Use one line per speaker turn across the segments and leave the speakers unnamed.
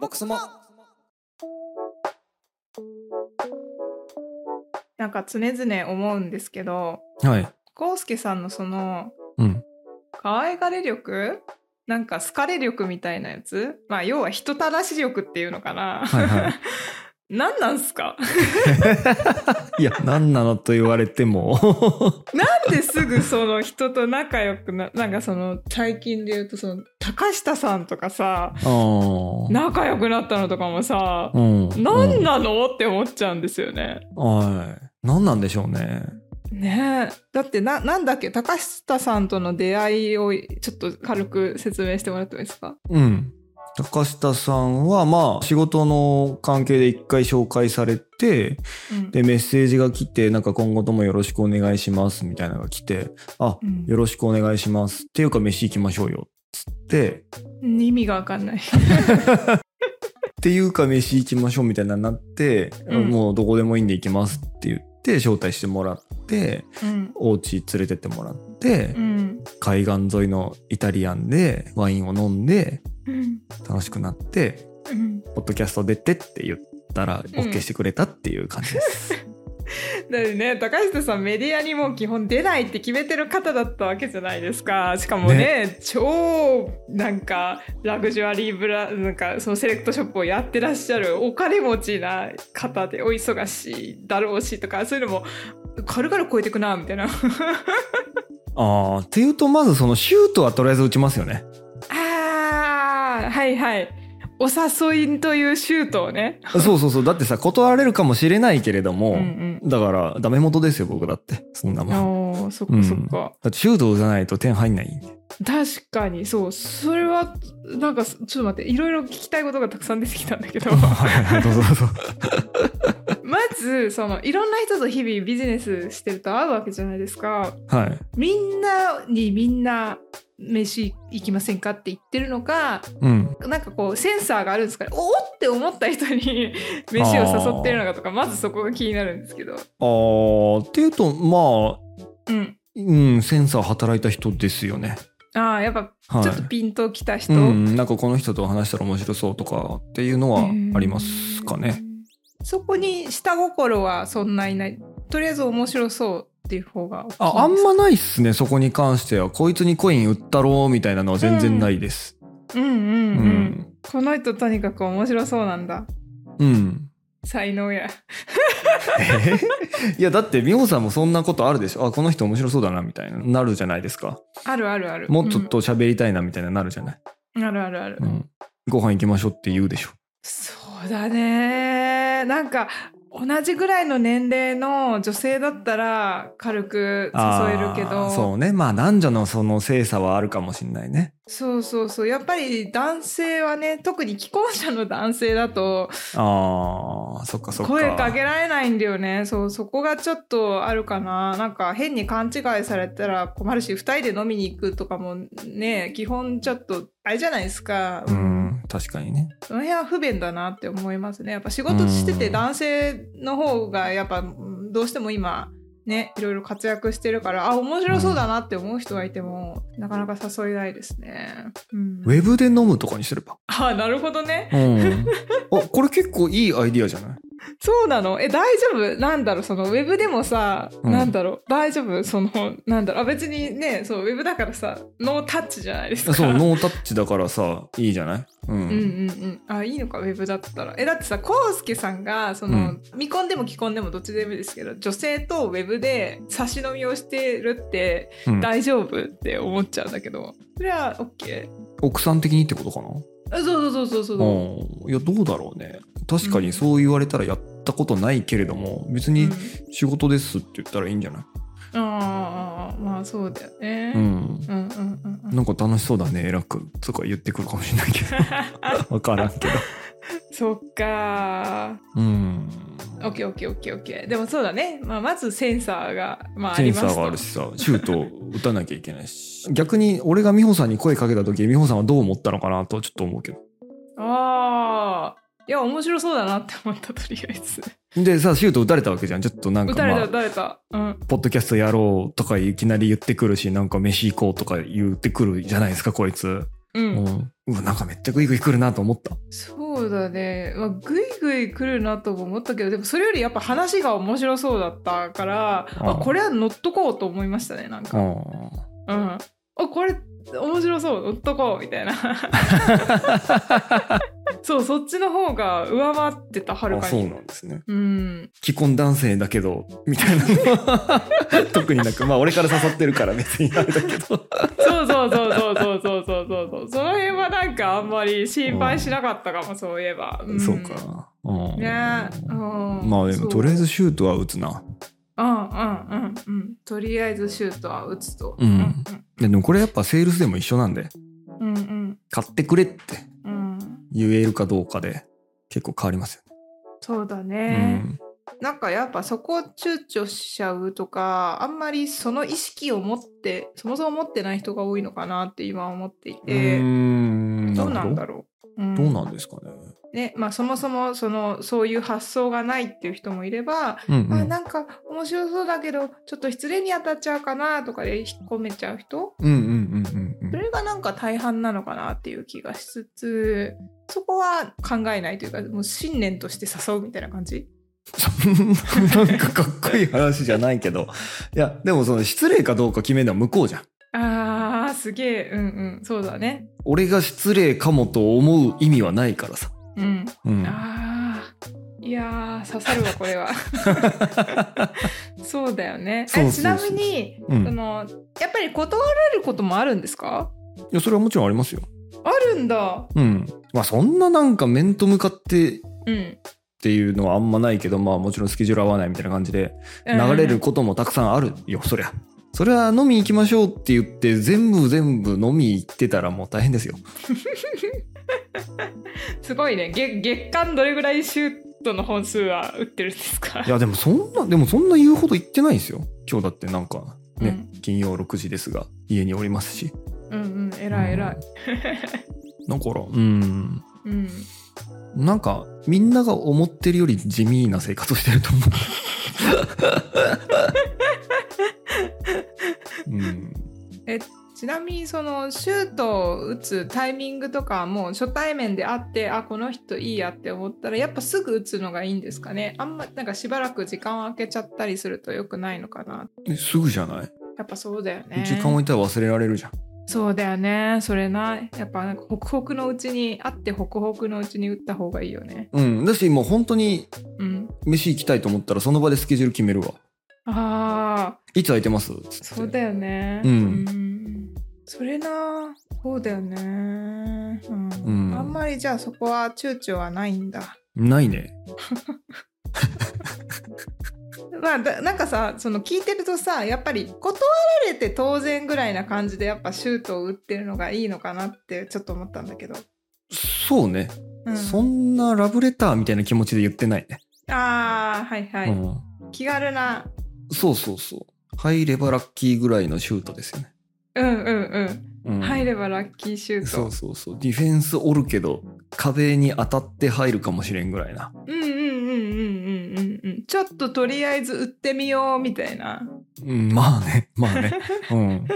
ボックスも
なんか常々思うんですけど、
はい
コウスケさんのその
うん
可愛がれ力なんか好かれ力みたいなやつまあ要は人たらし力っていうのかな、
はいは
何なんすか
いいや何なのと言われて も
なんですぐその人と仲良くななんかその最近で言うとその高下さんとかさ
うん
仲良くなったのとかもさ
うん
何なのって思っちゃうんですよね。
はい何なんでしょうね
ねえだってななんだっけ高下さんとの出会いをちょっと軽く説明してもらってもいいですか
うん高下さんはまあ仕事の関係で一回紹介されて
うん
でメッセージが来てなんか今後ともよろしくお願いしますみたいなのが来てあ
うん
よろしくお願いしますっていうか飯行きましょうよっつって
意味がわかんない。
っていうか飯行きましょうみたいなのになって、
うん
もうどこでもいいんで行きますって言って招待してもらって
うん。
お家連れてってもらって、
うん。
海岸沿いのイタリアンでワインを飲んで
うん。
楽しくなって
うん
ポッドキャスト出てって言ったら OK してくれたっていう感じです。
だってね、高下さんメディアにもう基本出ないって決めてる方だったわけじゃないですか。しかもね、超なんかラグジュアリーブラ、なんかそのセレクトショップをやってらっしゃるお金持ちな方でお忙しいだろうしとか、そういうのも軽々超えてくな、みたいな。
あーっていうとまずそのシュートはとりあえず打ちますよね。
あー、はいはい。お誘いというシュートをね。
そうそうそうだってさ断られるかもしれないけれども、
うん
だからダメ元ですよ僕だってそんな
う
もん。
ん。おー、そっかそっか。
だってシュート打たないと点入んないんで。
確かにそうそれはなんかちょっと待っていろいろ聞きたいことがたくさん出てきたんだけ ど
はいはいどうぞどうぞ。
まずそのいろんな人と日々ビジネスしてると会うわけじゃないですか
はい。
みんなにみんな飯行きませんかって言ってるのか
うん。
なんかこうセンサーがあるんですかねおおって思った人に 飯を誘ってるのかとかまずそこが気になるんですけど
あーっていうとまあ
うん
うんセンサー働いた人ですよね。
ああやっぱ
はい。
ちょっとピンときた人、
うん、なんかこの人と話したら面白そうとかっていうのはありますかね。
うん。そこに下心はそんないない。とりあえず面白そうっていう方が大きいです
ああんまないっすねそこに関してはこいつにコイン売ったろうみたいなのは全然ないです。
うんう
う
んうん。
ん。
この人とにかく面白そうなんだ。
うん。
才能や。
えーいやだって美穂さんもそんなことあるでしょあこの人面白そうだなみたいななるじゃないですか
あるあるある。
もっとと喋りたいなみたいななるじゃない、
うんあるあるある。
うん、ご飯行きましょうって言うでしょ
そうだね。なんか同じぐらいの年齢の女性だったら軽く誘えるけ
あ
ど
ーそうねまあ男女のその性差はあるかもしんないね
そうそうそうやっぱり男性はね特に既婚者の男性だと
あーそっかそっか
声かけられないんだよねそうそこがちょっとあるかななんか変に勘違いされたら困るし2人で飲みに行くとかもね基本ちょっとあれじゃないですか、
うん確かにね
その辺は不便だなって思いますねやっぱ仕事してて
うん
男性の方がやっぱうんどうしても今ねいろいろ活躍してるからあ面白そうだなって思う人がいても、なかなか誘えないですね、うん
ウ、ェブで飲むとかにすれば
あなるほどね
うん あこれ結構いいアイディアじゃない
そうなのえ大丈夫なんだろうそのウェブでもさ、
うん
なんだろう大丈夫そのなんだろうあ別にねそうウェブだからさノータッチじゃないです か
そうノータッチだからさいいじゃないうん、
うんうんうんあいいのかウェブだったらえだってさコウスケさんがその、
うん
未婚でも既婚でもどっちでもいいですけど女性とウェブで差し飲みをしてるって
うん
大丈夫って思っちゃうんだけどそれは OK
奥さん的にってことかな
あそうそうそうそうそ
う
う、
んいやどうだろうね確かにそう言われたらやったことないけれども別
う
に
ん
仕事ですって言ったらいいんじゃない、
ああまあそうだよね、
うん、
うんうんうんうん
なんか楽しそうだね偉くとか言ってくるかもしれないけ どわからんけど
そっかー
うん
オッケーオッケーオッケーオッケーでもそうだね、まあ、まずセンサーが、まあ、あ
セ
り
ン
ま
サ
すと
ーがあるしさシュートを打たなきゃいけないし逆に俺が美穂さんに声かけた時美穂さんはどう思ったのかなとはちょっと思うけど
あーいや面白そうだなって思ったとりあえず
でさシュート打たれたわけじゃんちょっとなん
打
か、
たれ
ま
た
あ
打、たれたうん
ポッドキャストやろうとかいきなり言ってくるしなんか飯行こうとか言ってくるじゃないですかこいつ、
う、
うんん、うわなんかめっちゃグイグイ来るなと思った
そうそうだね、まあ、ぐいぐい来るなとも思ったけどでもそれよりやっぱ話が面白そうだったから
あ
あこれは乗っとこうと思いましたねなん
あ
か、うん、
ー
あこれ面白そう乗っとこうみた いなそうそっちの方が上回ってたはる
あ
か
そう
に
なんですね
うん
既婚男性だけどみたいなの は特になくまあ俺から刺さってるから別にあれだけど
そうそうそうそうそうそうそうそうそうその辺はなんかあんまり心配しなかったかもそういえば、ん
そうかうん
ねうん
まあで
そ
も
う
とりあえずシュートは打つな
うんうんうんうんとりあえずシュートは打つと
うんででもこれやっぱセールスでも一緒なんで
うんうんうん
買ってくれって
うん
言えるかどうかで結構変わりますよ
そうだ
ね
ね、、なんかやっぱそこを躊躇しちゃうとかあんまりその意識を持ってそもそも持ってない人が多いのかなって今思っていて、
うん
どうなん
る
だろう、うん
ほどどうなんですかね
ねまあそもそもそのそういう発想がないっていう人もいれば
うんう
あ
ん
なんか面白そうだけどちょっと失礼に当たっちゃうかなとかで引っ込めちゃう人
うんうんうんうん
それがなんか大半なのかなっていう気がしつつそこは考えないというかもう信念として誘うみたいな感じ
そん ななんかかっこいい話じゃないけどいやでもその失礼かどうか決めるのは向こうじゃん
あーすげえうんうんそうだね
俺が失礼かもと思う意味はないからさ、
うん
うん、
あーいやー刺さるわ これはそうだよね
そうそう
え
そう
ちなみに、
うん
そのやっぱり断られることもあるんですか
いやそれはもちろんありますよ
あるんだ
うんまあそんななんか面と向かってっ
うん
ていうのはあんまないけどまあもちろんスケジュール合わないみたいな感じで流れることもたくさんあるよ、そりゃそれは飲み行きましょうって言って全部全部飲み行ってたらもう大変ですよ
すごいね月月間どれぐらいシュートの本数は打ってるんですか
いやでもそんなでもそんな言うほど行ってないんですよ今日だってなんかね、金曜6時ですが家におりますし
うんうん偉い偉
だ
い
からうん
うん
なんかみんなが思ってるより地味な生活をしてると思 う。うん、
ちなみにそのシュートを打つタイミングとかはもう初対面で会ってあこの人いいやって思ったらやっぱすぐ打つのがいいんですかねあんまなんかしばらく時間を空けちゃったりすると良くないのかな
えすぐじゃない、
やっぱそうだよね
時間置いたら忘れられるじゃん。
そうだよねそれなやっぱなんかホクホクのうちに会ってホクホクのうちに打った方がいいよね
うん、だしもう本当に
うん
飯行きたいと思ったらその場でスケジュール決めるわ。
ああ
いつ空いてますつって
そうだよね。
うん
んそれな、そうだよね。うん。
うん
あんまりじゃあそこは躊躇はないんだ。
ないね。
まあ、だなんかさ、その聞いてるとさ、やっぱり断られて当然ぐらいな感じでやっぱシュートを打ってるのがいいのかなってちょっと思ったんだけど。
そうね、
うん、
そんなラブレターみたいな気持ちで言ってないね。
ああ、はいはい。
うん、
気軽な。
そうそうそう。入ればラッキーぐらいのシュートですよね。
うんうんうん。
うん、
入ればラッキーシュート。
そうそうそうディフェンスおるけど壁に当たって入るかもしれんぐらいな
うんうんうんうんうんうんうん。ちょっととりあえず打ってみようみたいな。
うんまあねまあねうん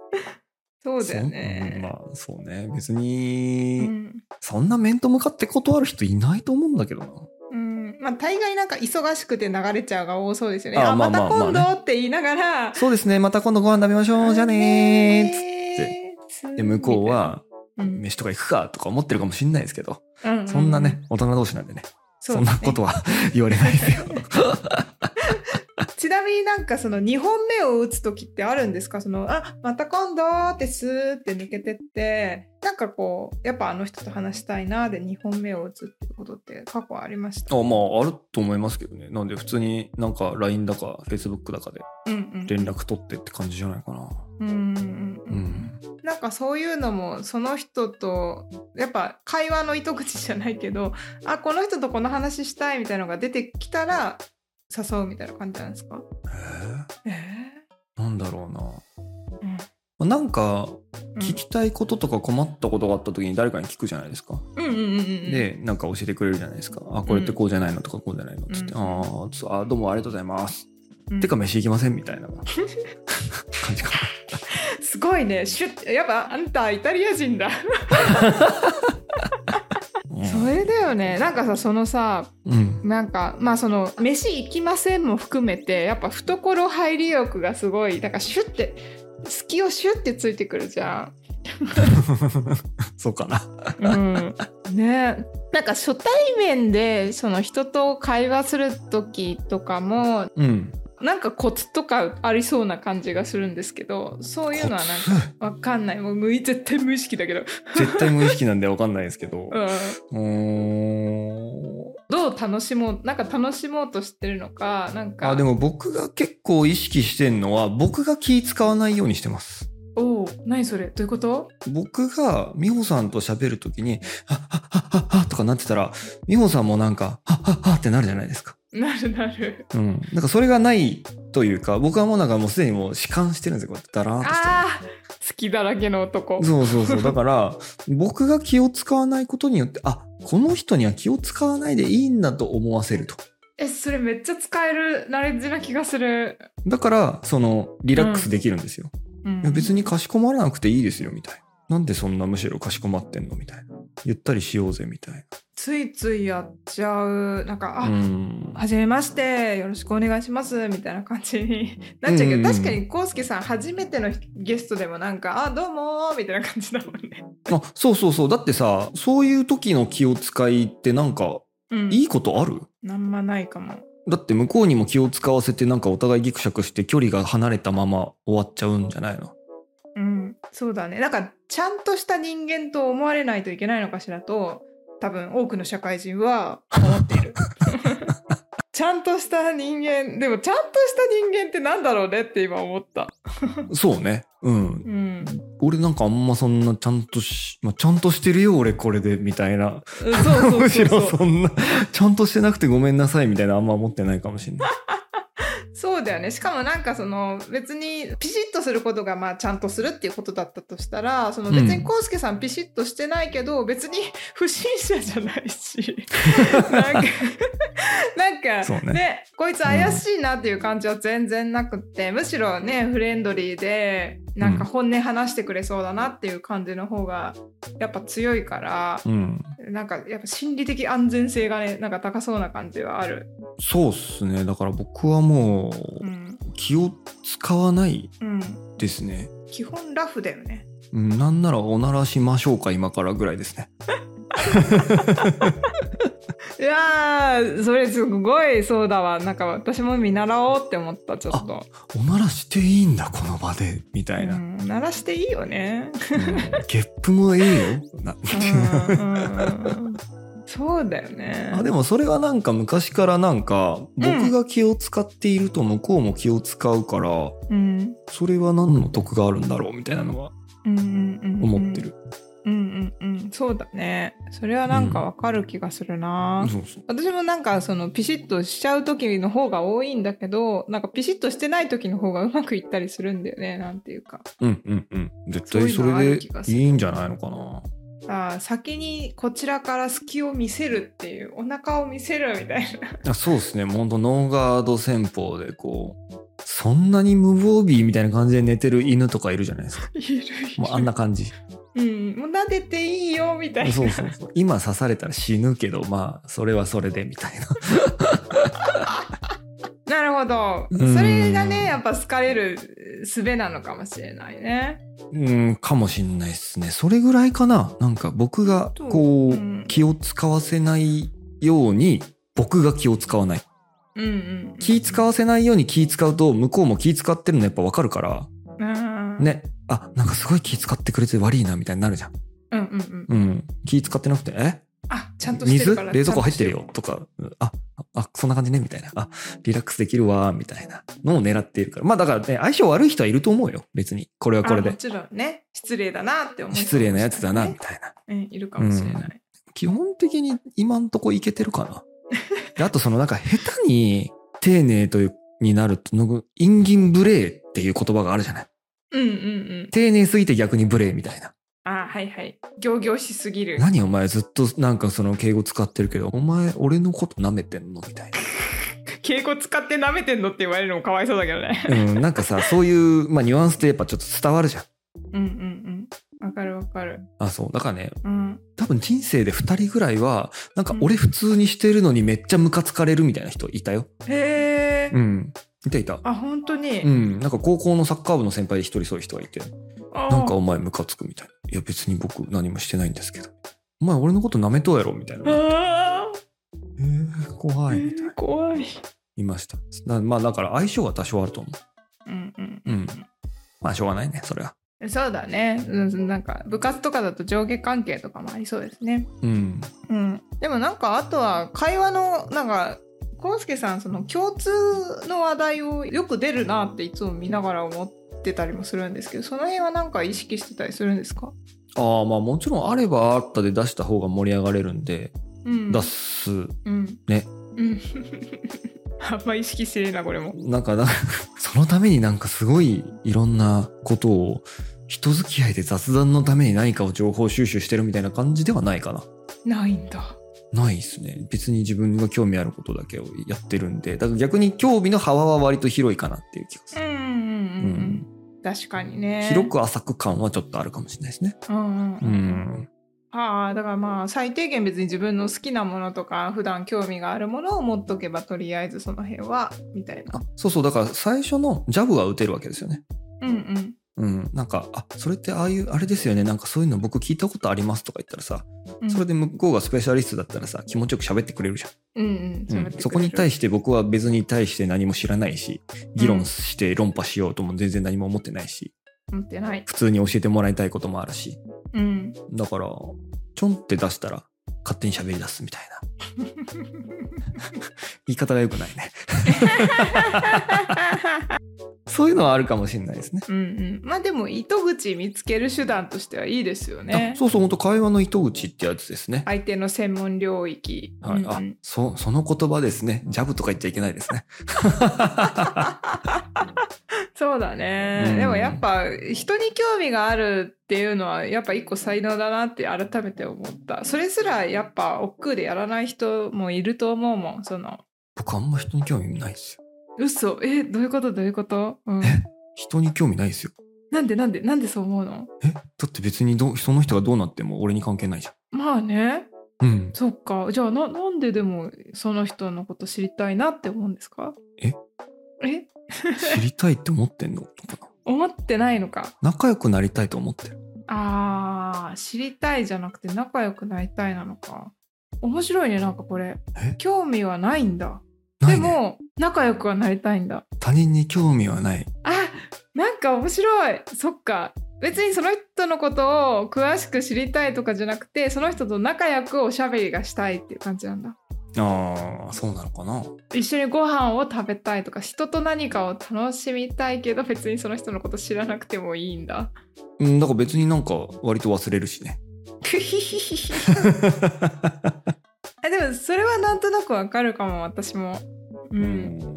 そうだよ
うん
ね。
まあそうね別
う
に、
ん
そんな面と向かって断る人いないと思うんだけどな
うん、まあ大概なんか忙しくて流れちゃうが多そうですよね。
あ
あ
まあ
ま
ま
た
あまあ
今
ね
度って言いながら、
そうですねまた今度ご飯食べましょうじゃあねーつっ
ねーつって
で向こうは
みたいな、
飯とか行くかとか思ってるかもしんないですけど
うんうんうん
そんなね大人同士なんでね
そ
そ
うん
なことは言われないですよ
ちなみになんかその2本目を打つ時ってあるんですかその「あまた今度」ってスーって抜けてってなんかこうやっぱあの人と話したいなで2本目を打つってことって過去ありまし た
あまああると思いますけどねなんで普通になんか LINE だか Facebook だかで
うんうん
連絡取ってって感じじゃないかな
うんうんうんうんなんかそういうのもその人とやっぱ会話の糸口じゃないけどあこの人とこの話したいみたいなのが出てきたら誘うみたいな感じなんですか
えー
え
なんだろうな
えうん
まあなんか
うん
聞きたいこととか困ったことがあった時に誰かに聞くじゃないですか、
うんうんうんうん
でなんか教えてくれるじゃないですか「あこれってこうじゃないの?」とか「こうじゃないの?」っつって「
うん
あーつあどうもありがとうございます」
うん
てか飯行きません?」みたいな 感じか
すごいねシュッやっぱあんたイタリア人だ、
な、うん
それだよよねなんかさそのさ
うん
なんかまあその飯行きませんも含めてやっぱ懐入り欲がすごいなんかシュッて隙をシュッてついてくるじゃ
そうかな。
ん。うん、ねなんか初対面でその人と会話する時とかも
うん。
なんかコツとかありそうな感じがするんですけどそういうのはなんかわかんないもう無意絶対無意識だけど、
絶対無意識なんでわかんないですけど。
うん、
うーん。
どう楽しもうなんか楽しもうとしてるのかなんか
あ、でも僕が結構意識してんのは、僕が気使わないようにしてます。
おお何それどういうこと
僕が美穂さんと喋るときに、はっはっはっはっはとかなってたら、美穂さんもなんか、はっはっはってなるじゃないですか。
なるなる。
うん。なんかそれがないというか、僕はもうなんかもうすでにもう弛緩してるんですよ。こうやってダラーっとしてる。
ああ好きだらけの男。
そうそうそう。だから、僕が気を使わないことによって、あ、この人には気を使わないでいいんだと思わせると。
えそれめっちゃ使えるナレッジな気がする。
だから、その、リラックスできるんですよ。
うん
いや別にかしこまらなくていいですよ、みたいな。なんでそんなむしろかしこまってんのみたいな。ゆったりしようぜ、みたい
ついついやっちゃうなんか
な。
あ、
うん。
はじめましてよろしくお願いしますみたいな感じになっちゃう
う
けど、
ん
確かにコウスケさん初めてのゲストでもなんかあどうもーみたいな感じだもんね。
あ、そうそうそう。だってさ、そういう時の気を使いってなんか、
うん、
いいことある
なんまないかも。
だって向こうにも気を使わせてなんかお互いギクシャクして距離が離れたまま終わっちゃうんじゃないの
うん、そうだね。なんかちゃんとした人間と思われないといけないのかしらと、多分多くの社会人は思っている。ちゃんとした人間、でもちゃんとした人間ってなんだろうねって今思った。
そうね。うん。
うん、
俺なんかあんまそんなちゃんとし、まあ、ちゃんとしてるよ俺これでみたいな
そうそ
む
う
し
そう
ろ
そう。
そんなちゃんとしてなくてごめんなさいみたいなあんま思ってないかもしれない
そうだよね。しかもなんかその別にピシッとすることがまあちゃんとするっていうことだったとしたら、その別
う
に
ん
コウスケさんピシッとしてないけど、別に 不審者じゃない し、なんか、なんか
そうね
ねこいつ怪しいなっていう感じは全然なくって、むしろね、フレンドリーで、なんか本音話してくれそうだなっていう感じの方がやっぱ強いから、
うん
なんかやっぱ心理的安全性がね、なんか高そうな感じはある。
そうっすねだから僕はも
う。
うん気を使わない
うん。
ですね
基本ラフだよね。
うんなんならおならしましょうか今からぐらいですね
いやーそれすごいそうだわなんか私も見習おうって思ったちょっと、
おならしていいんだこの場でみた
う
いな、
ん、鳴らしていい よね
うんゲップもええよな
うんうんうんそうだよね
あでもそれはなんか昔からなんか僕が気を使っていると向こうも気を使うから、
うん
それは何の得があるんだろうみたいなのは
うんうんうんうん
思ってる、
うんうんうんそうだねそれはなんかわかる気がするな、
そうそう
私もなんかそのピシッとしちゃう時の方が多いんだけどなんかピシッとしてない時の方がうまくいったりするんだよねなんていうか
うんうんうん絶対それでいいんじゃないのかな
あー先にこちらから隙を見せるっていうお腹を見せるみたいな
あそうですねもうほんとノーガード戦法でこうそんなに無防備みたいな感じで寝てる犬とかいるじゃないですか
いるいる。
もうあんな感じ
うん、もう撫でていいよみたいな。
そうそうそう今刺されたら死ぬけどまあそれはそれでみたいな
なるほど。
うん
それがね、やっぱ好かれる術なのかもしれないね。
うんかもしんないっすねそれぐらいかななんか僕がこう、
うん
気を使わせないように僕が気を使わない
うんうん。
気使わせないように気使うと向こうも気使ってるのやっぱわかるから
うん。
ねあなんかすごい気使ってくれて悪いなみたいになるじゃん、
うんうんうん。
うん、気使ってなくて「え
あ、ちゃんとして
水
るから。
冷蔵庫入ってる
ちゃ
よ
ん」
とか「うんあああそんな感じね」みたいな「あリラックスできるわ」みたいなのを狙っているからまあだからね相性悪い人はいると思うよ別にこれは
としてる。
これ
あ
で
もちろんね、失礼だなって思う。
失礼なやつだなみ
ね
たいな
うん、いるかもしれない。
基本的に今んとこいけてるかなであとそのなんか下手に丁寧というになるとなんか陰銀無礼っていう言葉があるじゃない
うんうんうん。
丁寧すぎて逆に無礼みたいな。
あ、はいはい。行々しすぎる。
何お前ずっとなんかその敬語使ってるけど、お前俺のこと舐めてんのみたい
敬語使って舐めてんのって言われるのもかわいそうだけどね。
な。うん、なんかさ、そういう、まあニュアンスってやっぱちょっと伝わるじゃん。
うんうんわかるわかる。
あそうだからね
うん。
多分人生で2人ぐらいはなんか俺普通にしてるのにめっちゃムカつかれるみたいな人いたよ
へえ。
うんいたいた
あ、本当に。
うんなんか高校のサッカー部の先輩で一人そういう人がいて
あー
なんかお前ムカつくみたいないや別に僕何もしてないんですけどお前俺のこと舐めとうやろみたいな、え
あ
ー怖いみたいな
ー怖い。
いましたなまあだから相性は多少あると思
うんうん。
ううんまあしょうがないねそれは
そうだね。うんなんか部活とかだと上下関係とかもありそうですね。
うん
うん。でもなんかあとは会話のなんか。康介さんその共通の話題をよく出るなっていつも見ながら思ってたりもするんですけどその辺はなんか意識してたりするんですか、
ああまあもちろんあればあったで出した方が盛り上がれるんで
うん、
出す
うん。
ね
うん。 あんま意識してねえな、これも。
なんかな そのためになんかすごいいろんなことを人付き合いで雑談のために何かを情報収集してるみたいな感じではないかな
ないんだ。
ないですね別に自分が興味あることだけをやってるんでだから逆に興味の幅は割と広いかなっていう気がす
うん
る、
うん
う
うんうん。確かにね。
広。く浅く感はちょっとあるかもしれないですね
うんうん。
う。ん
ああ、だからまあ、最低限別に自分の好きなものとか、普段興味があるものを持っとけば、とりあえずその辺は、みたいな。
あそうそうだから最初のジャブは打てるわけですよね
うんうん。
うん、なんかあそれってああいうあれですよねなんかそういうの僕聞いたことありますとか言ったらさ、
うん、
それで向こうがスペシャリストだったらさ気持ちよく喋ってくれるじゃん
うんうん。
うん
喋ってくれる
そこに対して僕は別に対して何も知らないし議論して論破しようとも全然何も思ってないし、
持ってない。
普通に教えてもらいたいこともあるし
うん。
だからちょんって出したら勝手に喋り出すみたいな 言い方が良くないねそういうのはあるかもしれないですね
うんうん。まあでも、糸口見つける手段としてはいいですよね
あ。そうそう本当会話の糸口ってやつですね、
相手の専門領域。
はい、
うんう
あ
ん
そその言葉ですねジャブとか言っちゃいけないですね
そうだね、
うん
でもやっぱ人に興味があるっていうのはやっぱ一個才能だなって改めて思ったそれすらやっぱ億劫でやらない人もいると思うもんその
僕あんま人に興味ないですよ
嘘えどういうことどういうこと、うん、
え人に興味ないですよ
なんでなんでなんでそう思うの
えだって別にどうその人がどうなっても俺に関係ないじ
まあね
ゃんうん
そっかじゃあななんででもその人のこと知りたいなって思うんですか
え
え
知りたいって思ってんのかな
思ってないのか
仲良くなりたいと思ってる
あー知りたいじゃなくて仲良くなりたいなのか面白いねなんかこれ
え
興味はないんだ
な
で
い、ね、
も仲良くはなりたいんだ
他人に興味はない
あなんか面白いそっか別にその人のことを詳しく知りたいとかじゃなくてその人と仲良くおしゃべりがしたいっていう感じなんだ
ああそうなのかな
一緒にご飯を食べたいとか人と何かを楽しみたいけど別にその人のこと知らなくてもいいんだ
うんだから別になんか割と忘れるしね
あでもそれはなんとなくわかるかも私も
う
うん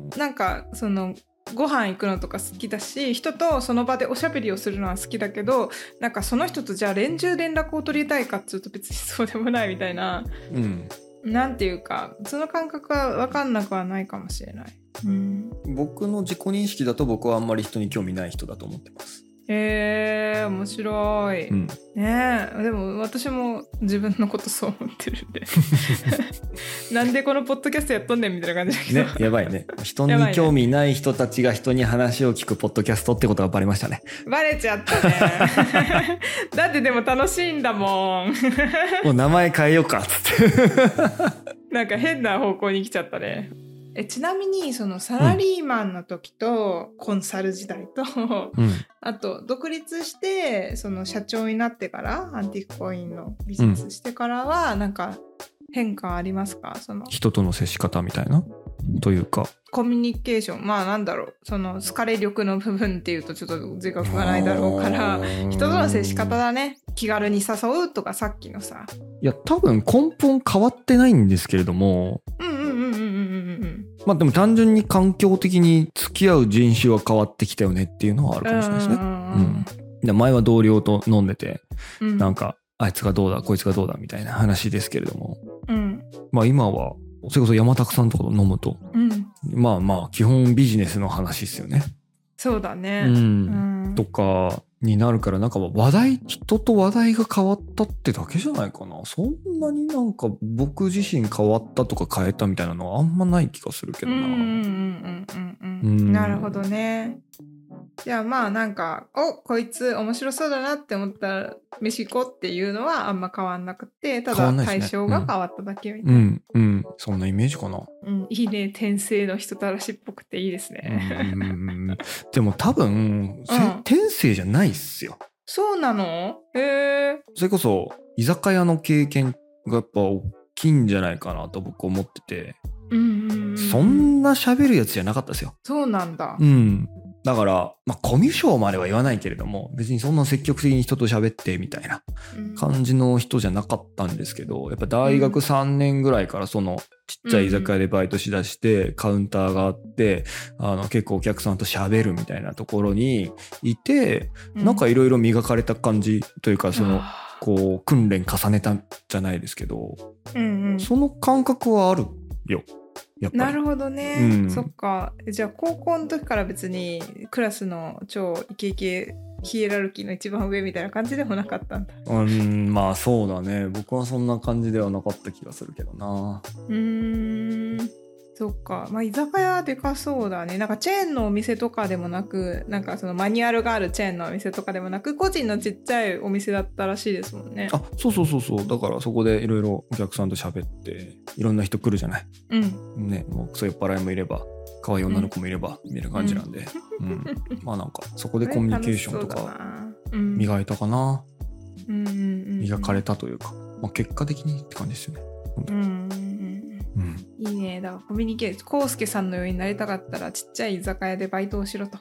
ん
なんかそのご飯行くのとか好きだし人とその場でおしゃべりをするのは好きだけどなんかその人とじゃあ連中連絡を取りたいかっつうと別にそうでもないみたいな
うん
なんていうかその感覚は分かんなくはないかもしれない。うん、
僕の自己認識だと僕はあんまり人に興味ない人だと思ってます
えー、面白い、
うん
ねえでも私も自分のことそう思ってる んでなんでこのポッドキャストやっとんねんみたいな感じだけど、
ねやばい ね人
やば
に
いね
興味ない人たちが人に話を聞くポッドキャストってことがバレました ね
バレちゃったねだってでも楽しいんだもん
もう名前変えようかっつって
なんか変な方向に来ちゃったね。えちなみにそのサラリーマンの時と、コンサル時代と
うん
あと独立してその社長になってからアンティークコインのビジネスしてからは、なんか変化ありますかその
人との接し方みたいなというか
コミュニケーションまあなんだろうその好かれ力の部分っていうとちょっと自覚がないだろうから人との接し方だね気軽に誘うとかさっきのさ
いや多分根本変わってないんですけれども
うんうんうんうんうんうんうん
まあでも単純に環境的に付き合う人種は変わってきたよねっていうのはあるかもしれないですね。
うん
で前は同僚と飲んでて
うんうん
なんかあいつがどうだこいつがどうだみたいな話ですけれども
うん
まあ今はそれこそ山拓さんとかと飲むと
うん
まあまあ基本ビジネスの話ですよね。
そうだね。
う、
うんん
とかになるからなんか話題人と話題が変わったってだけじゃないかなそんなになんか僕自身変わったとか変えたみたいなのはあんまない気がするけど
うんうんうん
な
うん
う
うん
ん
なるほどねじゃあまあなんかおこいつ面白そうだなって思ったら飯行こうっていうのはあんま変わんなくてた
変わんな
だ
いですね
対象が変わっただけみた
う
いな、
んうんそんなイメージかな
うんいいね転生の人たらしっぽくていいですね、
うんでも多分、せ
うん
天性じゃないっすよ
そうなのへえ
それこそ居酒屋の経験がやっぱ大きいんじゃないかなと僕思ってて、
うんうんうん
そんな喋るやつじゃなかったですよ
そうなんだ
うん。だから、まあ、コミュ障までは言わないけれども、別にそんな積極的に人と喋ってみたいな
うん
感じの人じゃなかったんですけど、やっぱ大学3年ぐらいからそのちっちゃい居酒屋でバイトしだして、カウンターがあって、あの結構お客さんと喋るみたいなところにいて、なんかいろいろ磨かれた感じというか、その、
あ
こう訓練重ねたじゃないですけど、
ーうんうん
その感覚はあるよ。やっぱり。
なるほどね、
うん
そっかじゃあ高校の時から別にクラスの超イケイケヒエラルキーの一番上みたいな感じでもなかったんだ
うん、まあそうだね。僕はそんな感じではなかった気がするけどな。
うーんそっかまあ居酒屋でかそうだねなんかチェーンのお店とかでもなくなんかそのマニュアルがあるチェーンのお店とかでもなく個人のちっちゃいお店だったらしいですもんね
あ、そうそうそうそう。だからそこでいろいろお客さんと喋って、いろんな人来るじゃない。
うん
ね、もうクソ酔っ払いもいれば、可愛い女の子もいれば、みたいな感じなんで。うん。まあなんか、そこでコミュニケーションと
これ楽し
か
そうだなうん
磨いたかな。
うんうんうんうん
磨かれたというか、まあ結果的にって感じですよね。
うんうんうん
うん。
いいね。だからコミュニケーション。コウスケさんのようになりたかったら、ちっちゃい居酒屋でバイトをしろと。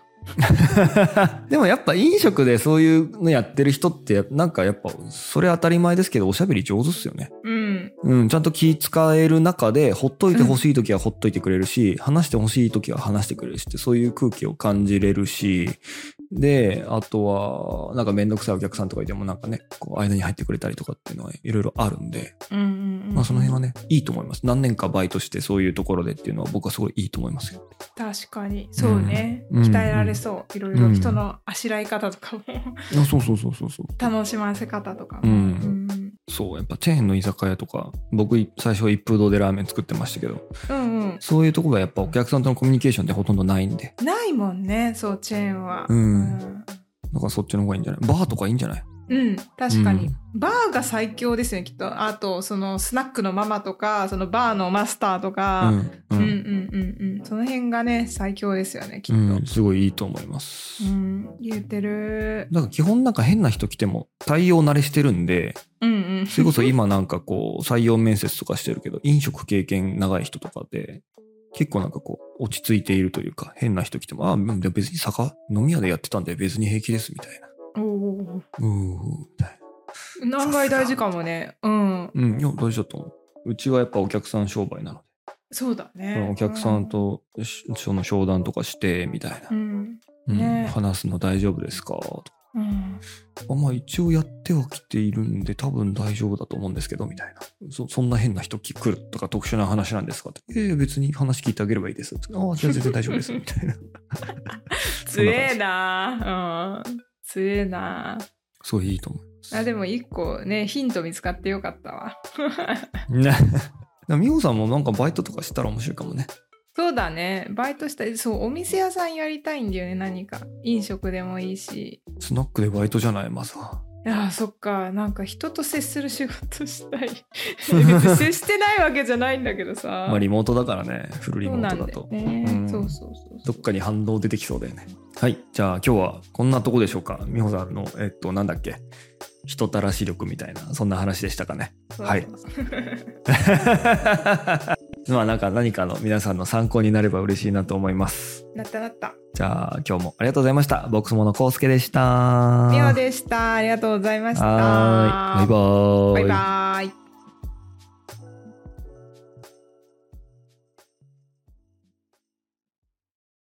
でもやっぱ飲食でそういうのやってる人って、なんかやっぱ、それ当たり前ですけど、おしゃべり上手っすよね。
うん。
うん、ちゃんと気使える中で、ほっといてほしい時はほっといてくれるし、話してほしい時は話してくれるしって、そういう空気を感じれるし、で、あとは、なんかめんどくさいお客さんとかいてもなんかね、こう、間に入ってくれたりとかっていうのはいろいろあるんで、
うんうん、うん。
まあその辺はね、いいと思います。何年かバイトしてそういうところでっていうのは僕はすごいいいと思いますよ。
確かに。そうね。
うん
鍛えられそう。いろいろ人のあしらい方とかも、
あそうそうそうそうそう。
楽しませ方とかも。
うん。そう、やっぱチェーンの居酒屋とか、僕最初一風堂でラーメン作ってましたけど、
うん。うんうん。
そういうところはやっぱお客さんとのコミュニケーションってほとんどないんで、
ないもんね、そう、チェーンは。
うんだからそっちの方がいいんじゃないバーとかいいんじゃない
うん、確かに、
うん
バーが最強ですねきっとあとそのスナックのママとかそのバーのマスターと
う
か、
ん
う、
うん
うん
ん
うんうんその辺がね最強ですよねきっ
う
と、
ん、すごいいいと思います。
うん、言えてる。
なんか基本なんか変な人来ても対応慣れしてるんで、
うんうん。
それこそ今なんかこ う採用面接とかしてるけど、飲食経験長い人とかで、結構なんかこう落ち着いているというか、変な人来ても、あ、うんでも別に酒飲み屋でやってたんで別に平気ですみたいな。
おお。
うーみたい
何外大事かもね。うん。
な。うん、いや、大事だと思う。うちはやっぱお客さん商売なの
そうだ
で、
ね。
お客さんとしその商談とかしてみたいな
う。ん。
うん
ね
話すの大丈夫ですかとか
うん。うん。
あまあ一応やってはきているんで多分大丈夫だと思うんですけどみたいなそそんな変な人来るとか特殊な話なんですかって「いやいや別に話聞いてあげればいいです」って「ああじゃあ全然大丈夫 です」みたいな
つえな。うん。つえな。
そういいと思
あでも一個ねヒント見つかってよかったわ。
うね美穂さんもなんかバイトとかしたら面白いかもね
そうだね。バイトしたい。そうお店屋さんやりたいんだよね何か飲食でもいいし。
スナックでバイトじゃないまずは。
いやーそっかなんか人と接する仕事した い別に接してないわけじゃないんだけどさ、
まあリモートだからねフルリ
そ
モ
う
ー
な
ト
んだ
だ
よ
と
ね
うん
そうそうそうそう
どっかに反動出てきそうだよねはいじゃあ今日はこんなとこでしょうか美穂さんのえっとなんだっけ人たらし力みたいなそんな話でしたかねはいまあなんか何かの皆さんの参考になれば嬉しいなと思います。
なったなった。
じゃあ今日もありがとうございました。ボックスモノコウスケでした。
ミオでした。ありがとうございました。
はーい。バイバーイ。
バイバイ。